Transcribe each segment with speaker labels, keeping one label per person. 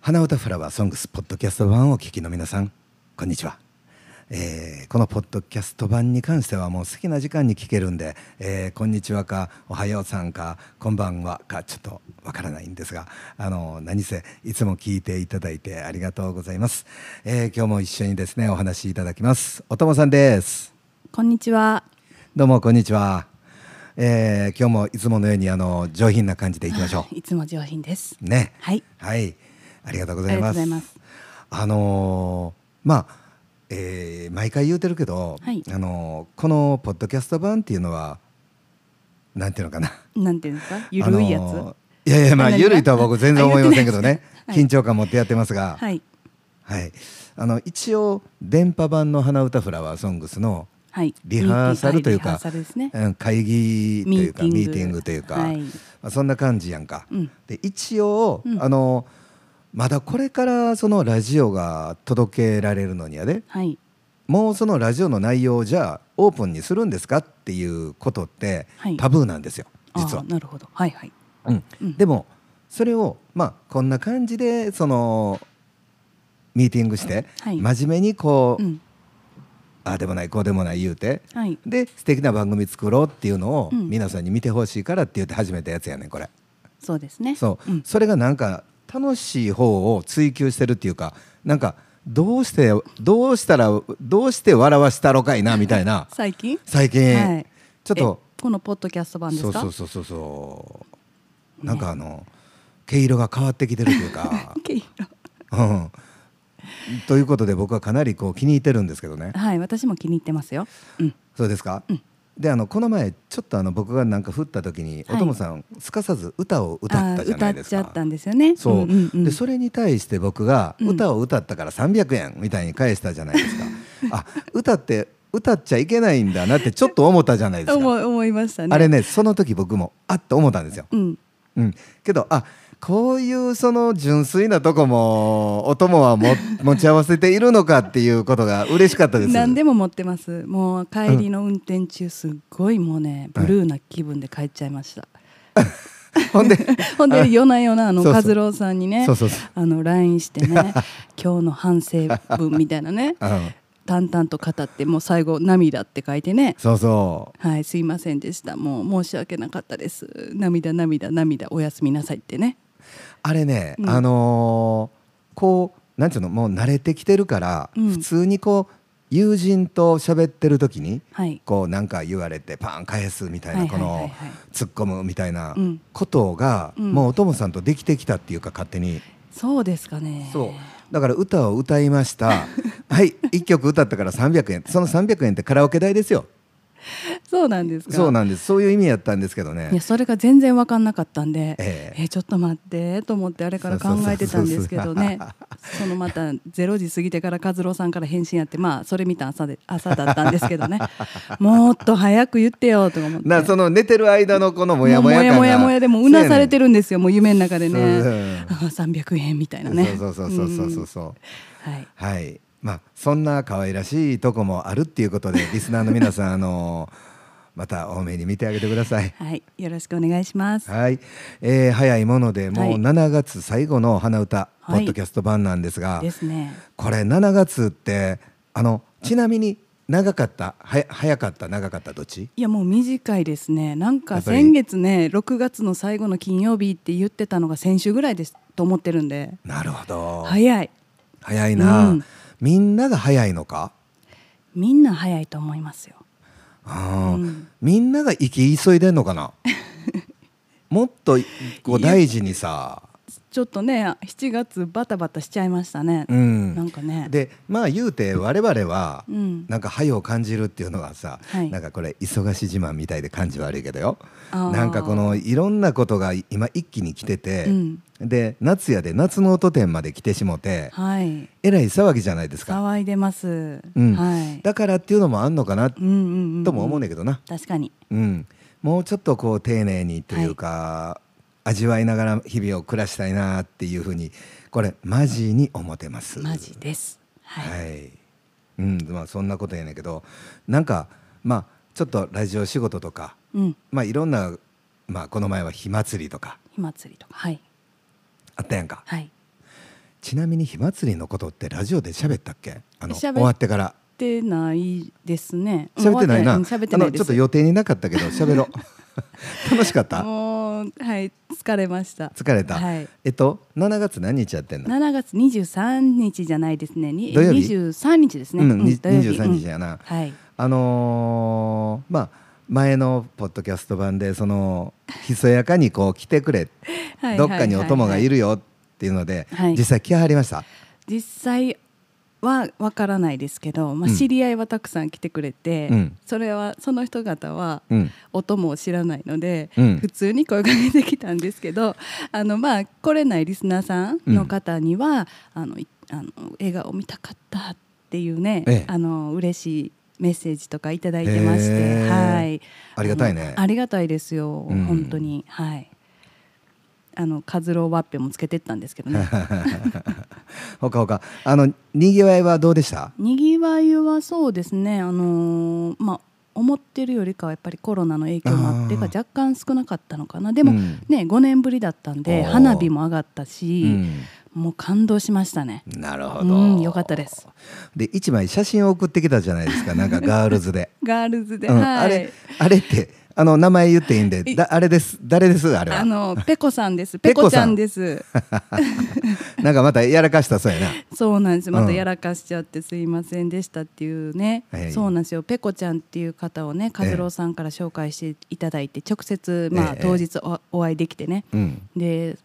Speaker 1: 花歌フラワーソングスポッドキャスト版をお聞きの皆さんこんにちは、えーこのポッドキャスト版に関してはもう好きな時間に聞けるんで、えーこんにちはかおはようさんかこんばんはかちょっとわからないんですがあの何せいつも聞いていただいてありがとうございます、えー今日も一緒にですねお話しいただきますおともさんです
Speaker 2: こんにちは。
Speaker 1: どうもこんにちは、えー今日もいつものようにあの上品な感じでいきましょう
Speaker 2: いつも上品です。
Speaker 1: ね。
Speaker 2: はい
Speaker 1: ありがとうございます。
Speaker 2: ありがとうございます
Speaker 1: あのーまあ、えー毎回言うてるけど、
Speaker 2: はい
Speaker 1: あのーこのポッドキャスト版っていうのはなんていうのかな。
Speaker 2: なんていうんですか、ゆるいやつ。
Speaker 1: あのーいやいやまあ
Speaker 2: あ何が
Speaker 1: ゆるいとは僕全然思いませんけどね、
Speaker 2: あ言
Speaker 1: 緊
Speaker 2: って
Speaker 1: 張感持ってやってますが、
Speaker 2: は
Speaker 1: はい、
Speaker 2: い。
Speaker 1: あの一応電波版の花歌フラワーソングスの
Speaker 2: はい。
Speaker 1: リハーサルという
Speaker 2: リハ
Speaker 1: か
Speaker 2: ーサルですね。
Speaker 1: うん会議というかミ
Speaker 2: ミーティング
Speaker 1: ーティングというか、
Speaker 2: はい
Speaker 1: まあ、そんな感じやんか。
Speaker 2: うん
Speaker 1: で一応、
Speaker 2: うん
Speaker 1: あのまだこれからそのラジオが届けられるのにはね
Speaker 2: はい。
Speaker 1: もうそのラジオの内容をじゃあオープンにするんですかっていうことって
Speaker 2: はい
Speaker 1: タブーなんですよ、
Speaker 2: あ
Speaker 1: 実は
Speaker 2: ー。なるほど。はいはい。
Speaker 1: うん
Speaker 2: うん
Speaker 1: でもそれをまあこんな感じでそのミーティングして、
Speaker 2: はい
Speaker 1: 真面目にこう、
Speaker 2: うん。
Speaker 1: ああでもないこうでもない言うて
Speaker 2: はい。
Speaker 1: で素敵な番組作ろうっていうのを
Speaker 2: うん
Speaker 1: 皆さんに見てほしいからって言って始めたやつやねんこれ。
Speaker 2: そうですね。
Speaker 1: そう、
Speaker 2: ん
Speaker 1: それがなんか楽しい方を追求してるっていうかなんかどうしてどうしたらどうして笑わしたろかいなみたいな
Speaker 2: 最近。
Speaker 1: 最近、
Speaker 2: はい
Speaker 1: ちょっと
Speaker 2: えこのポッドキャスト版です
Speaker 1: そう
Speaker 2: か。
Speaker 1: そうそうそうそうなんかあの毛色が変わってきてるという
Speaker 2: 、
Speaker 1: か
Speaker 2: 毛色
Speaker 1: うん、ということで僕はかなりこう気に入ってるんですけどね
Speaker 2: はい、私も気に入ってますよ。うん。
Speaker 1: そうですか、であのこの前ちょっとあの僕がなんか振った時に、
Speaker 2: は
Speaker 1: お
Speaker 2: い
Speaker 1: ともさんすかさず歌を歌ったじゃないですか
Speaker 2: あー歌っちゃったんですよね。
Speaker 1: そう、
Speaker 2: んんうん
Speaker 1: でそれに対して僕が
Speaker 2: うん
Speaker 1: 歌を歌ったから300円みたいに返したじゃないです か、あ歌って歌っちゃいけないんだなってちょっと思ったじゃないですか、
Speaker 2: 思い思いましたね。
Speaker 1: あれねその時僕もあっと思ったんですよ、
Speaker 2: うん。
Speaker 1: うん、けどあこういうその純粋なとこもお供は も持ち合わせているのかっていうことが嬉しかったです
Speaker 2: 何でも持ってますもう帰りの運転中すっごいもうね
Speaker 1: はい
Speaker 2: ブルーな気分で帰っちゃいました、
Speaker 1: ほんで
Speaker 2: ほん
Speaker 1: あ
Speaker 2: で夜な夜なあの
Speaker 1: そうそう
Speaker 2: 和郎さんにね
Speaker 1: そうそうそう
Speaker 2: あの LINE してね 今日の反省文みたいなね
Speaker 1: あの
Speaker 2: 淡々と語ってもう最後涙って書いてね
Speaker 1: そうそ
Speaker 2: はいすいませんでしたもう申し訳なかったです涙涙涙おやすみなさいってね
Speaker 1: うあれね、
Speaker 2: うん
Speaker 1: あのーこうなんていうのもう慣れてきてるから、
Speaker 2: うん
Speaker 1: 普通にこう友人と喋ってる時に
Speaker 2: はい
Speaker 1: こうなんか言われてパン返すみたいな、
Speaker 2: はいはいはいはい
Speaker 1: この突っ込むみたいな
Speaker 2: うん
Speaker 1: ことが、
Speaker 2: うん
Speaker 1: もうおともさんとできてきたっていうか勝手に、
Speaker 2: そうですかね
Speaker 1: そうだから歌を歌いました はい1曲歌ったから300円その300円ってカラオケ代ですよ
Speaker 2: そうなんですか
Speaker 1: そうなんですそういう意味やったんですけど
Speaker 2: いや
Speaker 1: ね
Speaker 2: それが全然分かんなかったんで、
Speaker 1: え
Speaker 2: え
Speaker 1: え
Speaker 2: ちょっと待ってと思ってあれから考えてたんですけどねそのまた0時過ぎてから和郎さんから返信やってまあそれ見た朝で朝だったんですけど ねもっと早く言ってよとか思って
Speaker 1: なその寝てる間のこのモヤモヤ感が
Speaker 2: もうもやもやでもうなされてるんですよもう夢の中で
Speaker 1: そうやね
Speaker 2: ねあ300円みたいなね
Speaker 1: そうそうそうそうそうそう、
Speaker 2: うんはい
Speaker 1: はい、まあ、そんな可愛らしいとこもあるっていうことで、リスナーの皆さん、あの。また多めに見てあげてください。
Speaker 2: はい、よろしくお願いします
Speaker 1: はい、えー早いもので、
Speaker 2: は
Speaker 1: もう
Speaker 2: い
Speaker 1: 7月最後の花歌、ポ
Speaker 2: い
Speaker 1: ッドキャスト版なんですが。
Speaker 2: ですね
Speaker 1: これ7月って、あの、ちなみに、長かった、はや、早かった、長かった、どっち。
Speaker 2: いやもう短いですねなん
Speaker 1: や
Speaker 2: か
Speaker 1: っぱり
Speaker 2: 先月ね6月の最後の金曜日って言ってたのが先週ぐらいですと思ってるんで
Speaker 1: なるほど。
Speaker 2: 早い
Speaker 1: 早いな、
Speaker 2: うん
Speaker 1: みんなが早いのか。
Speaker 2: みんな早いと思いますよ
Speaker 1: あー
Speaker 2: うん
Speaker 1: みんなが生き急いでんのか なもっとこう
Speaker 2: いや
Speaker 1: 大事にさ、
Speaker 2: ちょっとね7月バタバタしちゃいましたね、
Speaker 1: うん
Speaker 2: なんかね
Speaker 1: でまあ言うて我々は
Speaker 2: うん
Speaker 1: なんか早を感じるっていうのはさ、
Speaker 2: はい
Speaker 1: なんかこれ忙し自慢みたいで感じ悪いけどよ
Speaker 2: あー
Speaker 1: なんかこのいろんなことが今一気に来てて、
Speaker 2: うん
Speaker 1: で夏やで夏の音展まで来てしもて
Speaker 2: はい
Speaker 1: えらい騒ぎじゃないですか、
Speaker 2: 騒いでます、
Speaker 1: うん
Speaker 2: はい
Speaker 1: だからっていうのもあんのかな
Speaker 2: うんうんうん
Speaker 1: とも思うね
Speaker 2: ね
Speaker 1: んけどな、
Speaker 2: 確かに
Speaker 1: うん、もうちょっとこう丁寧にというか、味わいながら日々を暮らしたいなっていうふうにこれマジに思ってます。
Speaker 2: マジですはい、
Speaker 1: はい、うんまあ、そんなことやねんけどなんかまあちょっとラジオ仕事とか、
Speaker 2: うん
Speaker 1: まあ、いろんな、まあ、この前は火祭りとか
Speaker 2: 火祭りとかはい
Speaker 1: あったやんか
Speaker 2: はい
Speaker 1: ちなみに火祭りのことってラジオで喋ったっけあの
Speaker 2: 喋っ
Speaker 1: 終わってから
Speaker 2: ってないですね。
Speaker 1: 喋ってないな
Speaker 2: うん喋ってな
Speaker 1: あの
Speaker 2: いで
Speaker 1: ちょ
Speaker 2: す。
Speaker 1: っと予定になかったけど喋ろ う楽しかった
Speaker 2: もうはい疲れました。
Speaker 1: 疲れた、
Speaker 2: はい。
Speaker 1: えっと7月何日やってんの
Speaker 2: 7月23日じゃないですね。に
Speaker 1: 土曜日
Speaker 2: 23日ですね。
Speaker 1: うん、に
Speaker 2: 土曜日
Speaker 1: 23日
Speaker 2: うん
Speaker 1: やな、
Speaker 2: はい。
Speaker 1: あのーまあ前のポッドキャスト版でそ のひそやかにこう来てくれどっかにお供がい
Speaker 2: る。
Speaker 1: るよっていうので、
Speaker 2: はい
Speaker 1: 実際来はりました、
Speaker 2: 実際はわからないですけど、まあ
Speaker 1: うん
Speaker 2: 知り合いはたくさん来てくれて、
Speaker 1: うん
Speaker 2: それはその人方は
Speaker 1: うん
Speaker 2: お供を知らないので。
Speaker 1: うん
Speaker 2: 普通に声かけてきたんですけどあの、まあ、来れないリスナーさんの方には、あのいあの映画を見たかったっていうね、
Speaker 1: ええ
Speaker 2: あの嬉しいメッセージとかいただいてまし
Speaker 1: へ
Speaker 2: て、
Speaker 1: え
Speaker 2: はい、
Speaker 1: ありがたいね
Speaker 2: あのありがたいですよ、
Speaker 1: うん
Speaker 2: 本当に。はいあのカズローワッペンもつけてったんですけどね
Speaker 1: ほかほかあのにぎわいはどうでした
Speaker 2: にぎわいはそうですね、あのーまあ、思ってるよりかはやっぱりコロナの影響もあってか
Speaker 1: あー
Speaker 2: 若干少なかったのかなでも、
Speaker 1: うん
Speaker 2: ね、5年ぶりだったんで
Speaker 1: おー
Speaker 2: 花火も上がった
Speaker 1: う
Speaker 2: し、
Speaker 1: ん、
Speaker 2: もう感動しましたね。
Speaker 1: なるほど、
Speaker 2: うん、良かったです。
Speaker 1: で一枚写真を送ってきたじゃない ですかなんかガールズで、
Speaker 2: ガールズで、
Speaker 1: うん
Speaker 2: はい、
Speaker 1: あれあれってあの名前言っていいんでだあれです誰ですあれは
Speaker 2: あのペコさんです。
Speaker 1: ペ
Speaker 2: ペ
Speaker 1: コ
Speaker 2: コ
Speaker 1: さん
Speaker 2: ちゃんです。
Speaker 1: なんかまたやらかしたそうやな
Speaker 2: そうなんです。ま
Speaker 1: う
Speaker 2: た
Speaker 1: ん
Speaker 2: やらかしちゃってすいませんでしたっていうね。
Speaker 1: はい
Speaker 2: そうなんですよ。ペコちゃんっていう方をね、カズローさんから紹介していただいて、直接まあ、
Speaker 1: ええ
Speaker 2: 当日おお会いできてね。
Speaker 1: うん
Speaker 2: で。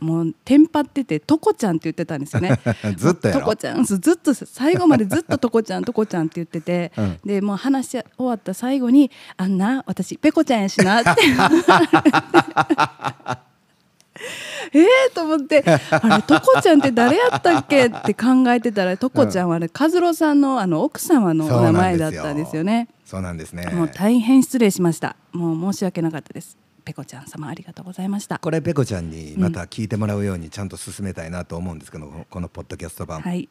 Speaker 2: もうテンパっててトコちゃんって言ってたんですよね
Speaker 1: ずっとやろ
Speaker 2: トコちゃんそうずっと最後までずっとトコ ちゃんトコちゃんって言ってて、
Speaker 1: うん
Speaker 2: でもう話し終わった最後に「あんな私ペコちゃんやし な」って ええと思って「あれトコちゃんって誰やったっけ?」って考えてたらトコちゃんはね和郎さんのあの奥様のお名前だったんですよね。
Speaker 1: そうなんですね
Speaker 2: もう大変失礼しました。もう申し訳なかったです。ペコちゃん様ありがとうございました。
Speaker 1: これペコちゃんにまた聞いてもらうようにちゃんと進めたいなと思うんですけど、このポッドキャスト版、
Speaker 2: はい。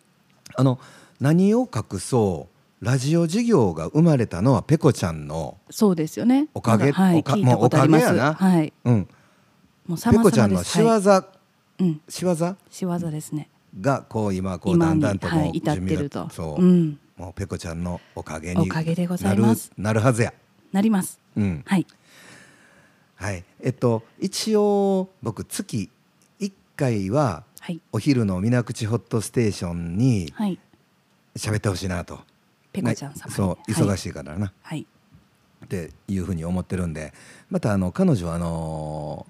Speaker 1: あの何を隠そうラジオ事業が生まれたのはペコちゃんの
Speaker 2: そうですよね。
Speaker 1: おかげ
Speaker 2: まだはい、
Speaker 1: おか
Speaker 2: 聞いたことあります。
Speaker 1: もうおかげやな
Speaker 2: はい。
Speaker 1: うん
Speaker 2: もう様
Speaker 1: ペ
Speaker 2: 々
Speaker 1: コ
Speaker 2: です。
Speaker 1: ちゃんの仕業、
Speaker 2: はい、うん、
Speaker 1: 仕業
Speaker 2: 仕業ですね。
Speaker 1: がこう今こうだ
Speaker 2: 今
Speaker 1: ん
Speaker 2: に
Speaker 1: だんともう
Speaker 2: はい至ってると。
Speaker 1: そう、
Speaker 2: ん、
Speaker 1: もうペコちゃんのおかげに
Speaker 2: おかげでございます
Speaker 1: なるなるはずや
Speaker 2: なります。
Speaker 1: うん
Speaker 2: はい。
Speaker 1: はいえっと一応僕月1回は
Speaker 2: はい。
Speaker 1: お昼の水口ホットステーションに
Speaker 2: はい。
Speaker 1: 喋ってほしいなと、
Speaker 2: ペコちゃん様に
Speaker 1: ねそう
Speaker 2: はい
Speaker 1: 忙しいからな、
Speaker 2: はい。
Speaker 1: っていうふうに思ってるんでまたあの彼女はあの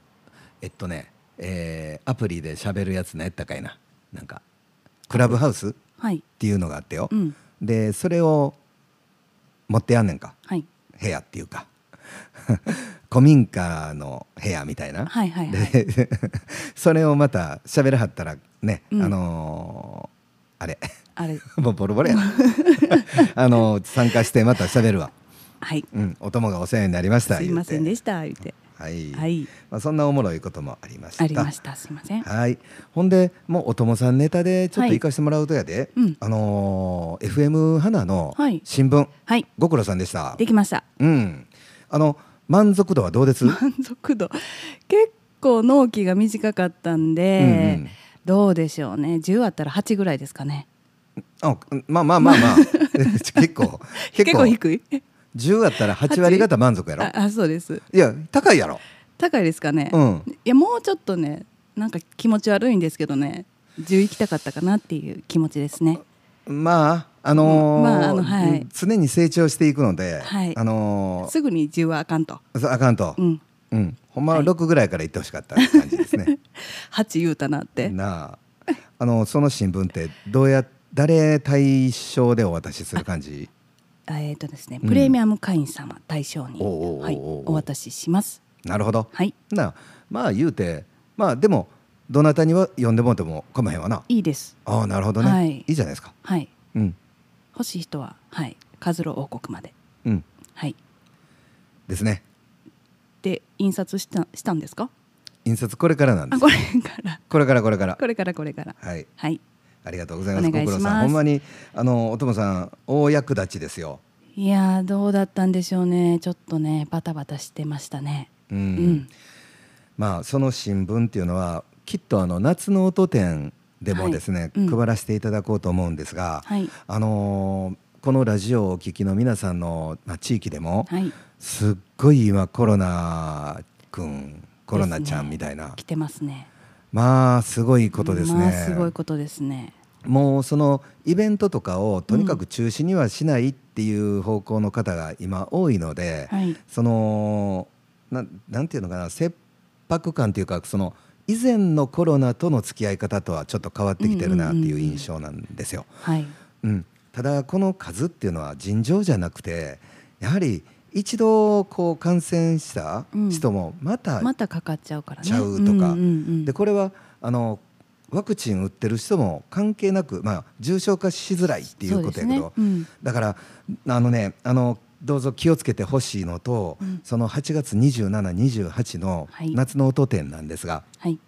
Speaker 1: ーえっとね、えーアプリで喋るやつ何やったかいななんかクラブハウスっ
Speaker 2: はい。
Speaker 1: ていうのがあってよ、
Speaker 2: うん。
Speaker 1: でそれを持ってやんねんか
Speaker 2: はい。
Speaker 1: 部屋っていうか 古民家の部屋みたいな、
Speaker 2: はいはいはい。
Speaker 1: でそれをまた喋らはったらね、
Speaker 2: うん
Speaker 1: あのーあれ
Speaker 2: あれ。
Speaker 1: もうボロボロや あのー参加してまた喋るわ、
Speaker 2: はい。
Speaker 1: うん、お供がお世話になりました
Speaker 2: すいませ
Speaker 1: 言
Speaker 2: んで
Speaker 1: うて
Speaker 2: した。言って。
Speaker 1: はい、
Speaker 2: はい。
Speaker 1: まあ、そんなおもろいこともありました
Speaker 2: ありました。すいません。
Speaker 1: はいほんでもうお友さんネタでちょっと
Speaker 2: はい
Speaker 1: 行かしてもらうとやで、
Speaker 2: うん
Speaker 1: あのー FM 花の
Speaker 2: はい
Speaker 1: 新聞、
Speaker 2: はい。
Speaker 1: ご苦労さんでした
Speaker 2: できました。
Speaker 1: うんあの満足度はどう です
Speaker 2: 満足度。結構納期が短かったんで。
Speaker 1: うんうん
Speaker 2: どうでしょうね。10あったら8ぐらいですかね。
Speaker 1: あまあまあまあ まあ 結構結
Speaker 2: 結
Speaker 1: 構
Speaker 2: 構低い。
Speaker 1: 10あったら8割方満足やろ
Speaker 2: ああ、そうです。
Speaker 1: いや高いやろ
Speaker 2: 高いですかね、
Speaker 1: う
Speaker 2: い
Speaker 1: ん
Speaker 2: やもうちょっとねなんか気持ち悪いんですけどね10行きたかったかなっていう気持ちですね
Speaker 1: まああのー
Speaker 2: まああのはい
Speaker 1: 常に成長していくので、
Speaker 2: はい
Speaker 1: あのー
Speaker 2: すぐに10はあかんと、
Speaker 1: そうあかんと、
Speaker 2: う
Speaker 1: うん
Speaker 2: ん、
Speaker 1: ほんまは
Speaker 2: はい
Speaker 1: 6ぐらいから言ってほしかったって感じです ね、
Speaker 2: 8言うたなって
Speaker 1: なああのその新聞ってどうや誰対象でお渡しする感 じ
Speaker 2: あえっ、とですね、
Speaker 1: うん
Speaker 2: プレミアム会員様対象に
Speaker 1: おうおうおうおう
Speaker 2: はい、お渡しします
Speaker 1: なるほど
Speaker 2: はい
Speaker 1: なあまあ言うてまあでもどなたには呼んでもらっても構へんわない
Speaker 2: いです
Speaker 1: ああなるほどね、
Speaker 2: はいい、
Speaker 1: いじゃないですか
Speaker 2: はい
Speaker 1: うん
Speaker 2: 欲しい人ははいカズロ王国まで
Speaker 1: うん
Speaker 2: はい
Speaker 1: ですね
Speaker 2: で印刷したしたんですか
Speaker 1: 印刷これからなんで
Speaker 2: あ
Speaker 1: す
Speaker 2: これから
Speaker 1: これからこれから
Speaker 2: これからこれから
Speaker 1: はい
Speaker 2: はい
Speaker 1: ありがとうございます
Speaker 2: お願いし
Speaker 1: ご
Speaker 2: ます
Speaker 1: 苦労さんほんまにあのお友さん大役立ちですよ
Speaker 2: いやーどうだったんでしょうねちょっとねバタバタしてましたね
Speaker 1: うん、
Speaker 2: うん
Speaker 1: まあその新聞っていうのはきっとあの夏の音展でもですね、
Speaker 2: はいうん
Speaker 1: 配らせていただこうと思うんですが、
Speaker 2: はい
Speaker 1: あのーこのラジオをお聞きの皆さんの、まあ、地域でも、
Speaker 2: はい
Speaker 1: すっごい今コロナくんコロナちゃんみたいな、
Speaker 2: 来てますね
Speaker 1: まあすごいことですね、
Speaker 2: まあすごいことですね
Speaker 1: もうそのイベントとかをとにかく中止にはしないっていう方向の方が今多いので、
Speaker 2: はい
Speaker 1: そのなんなんていうのかな切迫感というかその以前のコロナとの付き合い方とはちょっと変わってきてるなっていう印象なんですよ。
Speaker 2: はい
Speaker 1: うん、ただこの数っていうのは尋常じゃなくてやはり一度こう感染した人もまた、
Speaker 2: またかかっちゃうからね
Speaker 1: ちゃうとか
Speaker 2: んうん
Speaker 1: でこれはあのワクチン打ってる人も関係なく、まあ、重症化しづらいっていうことやけ
Speaker 2: そう
Speaker 1: ど、
Speaker 2: ですねうん
Speaker 1: だからあのねあのどうぞ気をつけてほしいのと、
Speaker 2: うん
Speaker 1: その8月27、28の
Speaker 2: はい
Speaker 1: 夏の音展なんですが、
Speaker 2: はい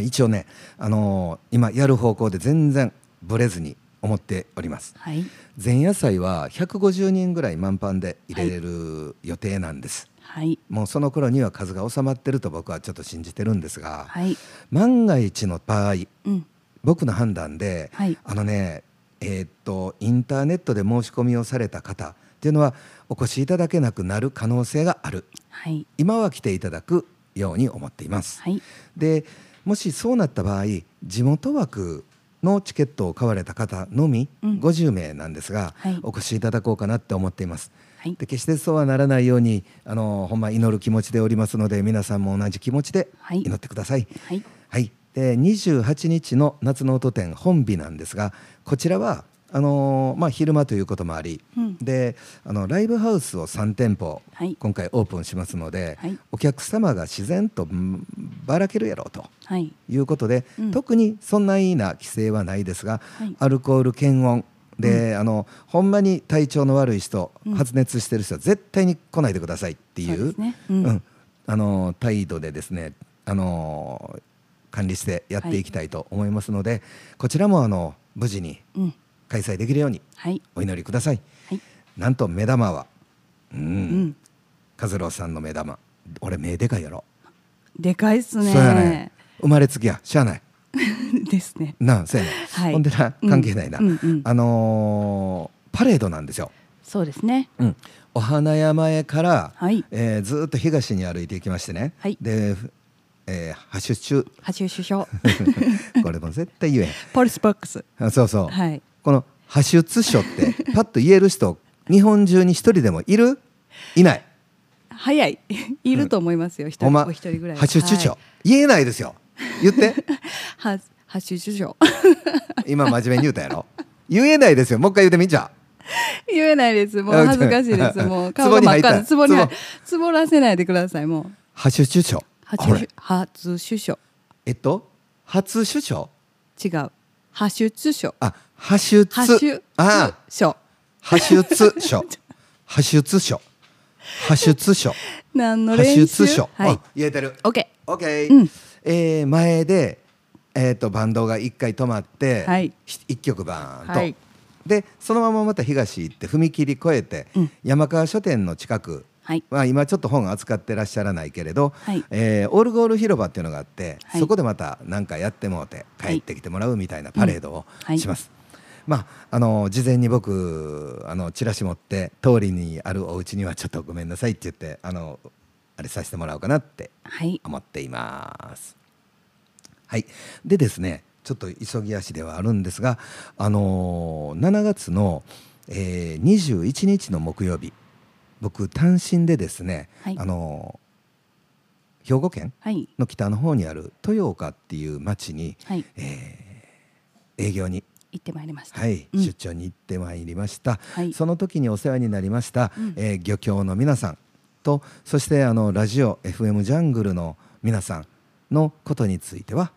Speaker 1: 一応ね、あの今やる方向で全然ブレずに思っております。
Speaker 2: はい
Speaker 1: 前夜祭は150人ぐらい満帆で入れれる予定なんです、
Speaker 2: はい
Speaker 1: もうその頃には数が収まってると僕はちょっと信じてるんですが、
Speaker 2: はい
Speaker 1: 万が一の場合
Speaker 2: うん
Speaker 1: 僕の判断で、
Speaker 2: はい
Speaker 1: あのねえーっとインターネットで申し込みをされた方っていうのはお越しいただけなくなる可能性がある
Speaker 2: はい
Speaker 1: 今は来ていただくように思っています、
Speaker 2: はい
Speaker 1: でもしそうなった場合地元枠のチケットを買われた方のみ
Speaker 2: うん
Speaker 1: 50名なんですが、
Speaker 2: はい
Speaker 1: お越しいただこうかなって思っています。
Speaker 2: はい
Speaker 1: で決してそうはならないようにあのほんま祈る気持ちでおりますので皆さんも同じ気持ちで
Speaker 2: はい
Speaker 1: 祈ってください。
Speaker 2: はい
Speaker 1: はい、で28日の夏の音展本日なんですがこちらはあのーまあ、昼間ということもあり、
Speaker 2: うん
Speaker 1: であのライブハウスを3店舗、
Speaker 2: はい
Speaker 1: 今回オープンしますので、
Speaker 2: はい
Speaker 1: お客様が自然とうんばらけるやろうと
Speaker 2: はい
Speaker 1: いうことで、
Speaker 2: うん
Speaker 1: 特にそんないいな規制はないですが、
Speaker 2: はい
Speaker 1: アルコール検温で、あのほんまに体調の悪い人、
Speaker 2: うん
Speaker 1: 発熱してる人は絶対に来ないでくださいってい
Speaker 2: そうで
Speaker 1: う
Speaker 2: すねうん
Speaker 1: うんあの態度でですねあの管理してやっていきたいと思いますので、こちらもあの無事に
Speaker 2: うん
Speaker 1: 開催できるように
Speaker 2: はい
Speaker 1: お祈りください。
Speaker 2: はい
Speaker 1: なんと目玉は、うん
Speaker 2: うん
Speaker 1: 和郎さんの目玉俺目でかいやろ、
Speaker 2: でかいっすね
Speaker 1: そうやね生まれつきやしゃあない
Speaker 2: ですね
Speaker 1: なあそうやね、
Speaker 2: はい
Speaker 1: ほんでな
Speaker 2: うん
Speaker 1: 関係ないな、
Speaker 2: うんうん
Speaker 1: あのーパレードなんですよ、
Speaker 2: そうですね
Speaker 1: うん、お花山へから、
Speaker 2: はい
Speaker 1: えーずーっと東に歩いていきましてね、
Speaker 2: はい
Speaker 1: で、えー、ハッシュ 中
Speaker 2: 波州首相
Speaker 1: これも絶対言え
Speaker 2: ポリスボックス
Speaker 1: んあそうそう、
Speaker 2: はい
Speaker 1: この「ハッシュツ書」ってパッと言える人日本中に一人でもいるいない
Speaker 2: 早い いると思いますよ一人
Speaker 1: んま
Speaker 2: お一人ぐらいは
Speaker 1: ハッシュ中書、
Speaker 2: はい
Speaker 1: 言えないですよ言って
Speaker 2: は波州首相
Speaker 1: 今真面目に言うたやろ言えないですよもう一回言うてみじゃ
Speaker 2: 言えないですもう
Speaker 1: あ
Speaker 2: 恥ずかしいですもう 顔
Speaker 1: 壺
Speaker 2: が
Speaker 1: に
Speaker 2: 真っ
Speaker 1: 入った
Speaker 2: 赤つぼに入
Speaker 1: 壺
Speaker 2: つぼらせないでくださいもう
Speaker 1: ハッシュ中書これ
Speaker 2: 波州首相
Speaker 1: えっと初首相
Speaker 2: 違う波州首相
Speaker 1: あハッシュ
Speaker 2: 波
Speaker 1: ツ
Speaker 2: 州
Speaker 1: あ
Speaker 2: 首相
Speaker 1: ハッシュツ 書ハッシュツ書ハッシュツ書
Speaker 2: 何
Speaker 1: ハ
Speaker 2: の
Speaker 1: ッシュ
Speaker 2: 練
Speaker 1: ツ
Speaker 2: 習
Speaker 1: 書
Speaker 2: はい
Speaker 1: あ言えてる
Speaker 2: OK
Speaker 1: オッケ
Speaker 2: うん
Speaker 1: ーえー前で、えー、とバンドが1回止まって、
Speaker 2: はい
Speaker 1: ひ一1曲バーンと、
Speaker 2: はい
Speaker 1: でそのまままた東行って踏切越えて、
Speaker 2: うん
Speaker 1: 山川書店の近く、
Speaker 2: はい
Speaker 1: まあ、今ちょっと本扱ってらっしゃらないけれど、
Speaker 2: はい
Speaker 1: えーオールゴール広場っていうのがあって、
Speaker 2: はい
Speaker 1: そこでまた何かやってもうて
Speaker 2: は
Speaker 1: 帰
Speaker 2: い
Speaker 1: ってきてもらうみたいなパレードを
Speaker 2: はい
Speaker 1: します。まあ、あの事前に僕あのチラシ持って通りにあるお家にはちょっとごめんなさいって言ってあのあれさせてもらおうかなって
Speaker 2: はい
Speaker 1: 思っています。はい、でですねちょっと急ぎ足ではあるんですが、あのー7月の、えー21日の木曜日僕単身でですね、
Speaker 2: はい
Speaker 1: あのー兵庫県
Speaker 2: はい
Speaker 1: の北の方にある豊岡っていう町に、
Speaker 2: はい
Speaker 1: えー営業に、
Speaker 2: 行ってまいりました
Speaker 1: はい
Speaker 2: うん
Speaker 1: 出張に行ってまいりました、
Speaker 2: はい
Speaker 1: その時にお世話になりました、
Speaker 2: うん
Speaker 1: えー漁協の皆さんとそしてあのラジオ FM ジャングルの皆さんのことについては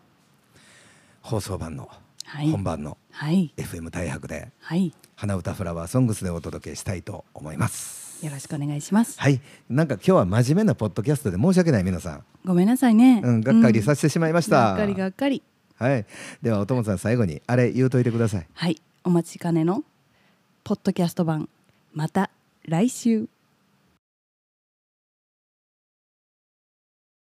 Speaker 1: 放送版の、
Speaker 2: はい
Speaker 1: 本番の
Speaker 2: はい。
Speaker 1: FM 大白で
Speaker 2: はい。
Speaker 1: 花歌フラワーソングスでお届けしたいと思います。
Speaker 2: よろしくお願いします。
Speaker 1: はい、なんか今日は真面目なポッドキャストで申し訳ない皆さん、
Speaker 2: ごめんなさいね。
Speaker 1: うん、がっかりさ
Speaker 2: し
Speaker 1: せてしまいました。
Speaker 2: がっかりがっかり。
Speaker 1: はい、ではおともさん最後にあれ言うといてください。
Speaker 2: はい。お待ちかねのポッドキャスト版また来週。